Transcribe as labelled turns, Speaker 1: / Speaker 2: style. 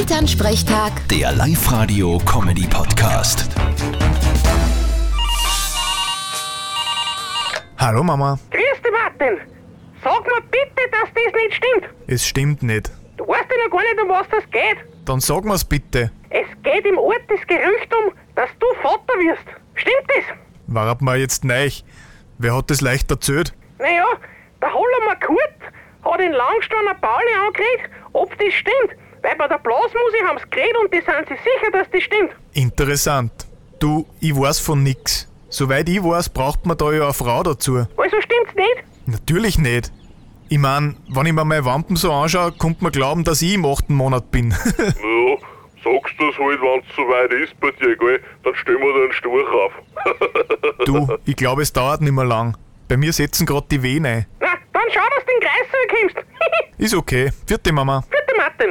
Speaker 1: Elternsprechtag,
Speaker 2: Der Live-Radio-Comedy-Podcast.
Speaker 3: Hallo Mama,
Speaker 4: Grüß dich, Martin. Sag mir bitte, dass das nicht stimmt.
Speaker 3: es stimmt nicht.
Speaker 4: Du weißt ja noch gar nicht, um was das geht.
Speaker 3: Dann sag mir's bitte.
Speaker 4: Es geht im Ort das Gerücht um, dass du Vater wirst. Stimmt das?
Speaker 3: Warab mal jetzt neich. Wer hat das leicht erzählt?
Speaker 4: Naja, der Hollermann Kurt hat in Langsteiner Pauli angeredet, ob das stimmt. Weil bei der Blasmusik haben sie geredet und die sind sich sicher, dass das stimmt.
Speaker 3: Interessant. Du, ich weiß von nix. Soweit ich weiß, braucht man da ja eine Frau dazu.
Speaker 4: Also stimmt's nicht?
Speaker 3: Natürlich nicht. Ich mein, wenn ich mir meine Wampen so anschaue, kommt man glauben, dass ich im achten Monat bin.
Speaker 5: Ja, sagst du es halt, wenn es soweit ist bei dir, gell? Dann stellen wir den Storch auf.
Speaker 3: du, ich glaube, es dauert nimmer lang. Bei mir setzen grad die Wehen ein.
Speaker 4: Na, dann schau, dass du in den Kreis zurückkommst.
Speaker 3: Ist okay. Vierte Mama.
Speaker 4: bitte, Martin.